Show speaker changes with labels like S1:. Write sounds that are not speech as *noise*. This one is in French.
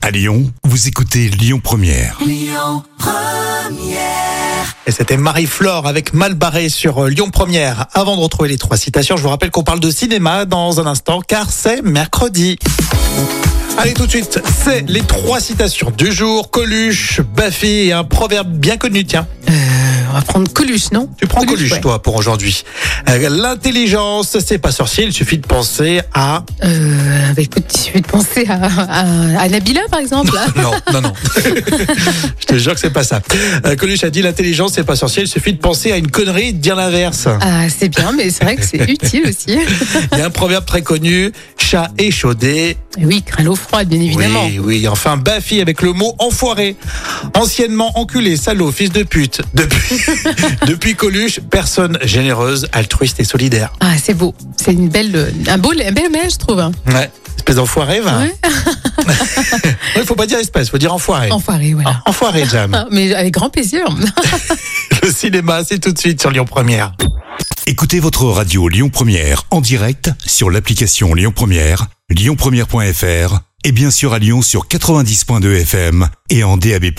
S1: À Lyon, vous écoutez Lyon Première.
S2: Et c'était Marie-Flore avec Malbarré sur euh, Lyon Première. Avant de retrouver les trois citations, je vous rappelle qu'on parle de cinéma dans un instant car c'est mercredi. Allez tout de suite, c'est les trois citations du jour. Coluche, Baffy et un proverbe bien connu, tiens.
S3: On va prendre Coluche, non
S2: Tu prends Coluche,
S3: Coluche, ouais.
S2: toi, pour aujourd'hui. Euh, L'intelligence, c'est pas sorcier, il suffit de penser à...
S3: euh, bah, Écoute, je vais te penser à, à- à Nabila, par exemple.
S2: Non, non, non. *laughs* je te jure que c'est pas ça. Euh, Coluche a dit l'intelligence, c'est pas sorcier, il suffit de penser à une connerie et de dire l'inverse.
S3: Ah, c'est bien, mais c'est vrai que c'est utile aussi.
S2: Il y a un proverbe très connu, chat échaudé,
S3: Et oui, crains l'eau froide, bien évidemment.
S2: Oui, oui, enfin, Baffy avec le mot enfoiré. Anciennement enculé, salaud, fils de pute. Depuis, *laughs* depuis Coluche, personne généreuse, altruiste et solidaire.
S3: Ah, c'est beau. C'est une belle, euh, un beau, un bel hommage, je trouve. hein.
S2: Ouais, espèce d'enfoiré, va. *laughs*
S3: Ouais.
S2: Il faut pas dire espèce, faut dire enfoiré.
S3: Enfoiré, voilà.
S2: Ah, enfoiré, Jam.
S3: *laughs* Ah, Mais avec grand plaisir.
S2: le cinéma, c'est tout de suite sur Lyon Première.
S1: Écoutez votre radio Lyon Première en direct sur l'application Lyon Première, lyonpremière.fr et bien sûr à Lyon sur 90.2 FM et en DAB+.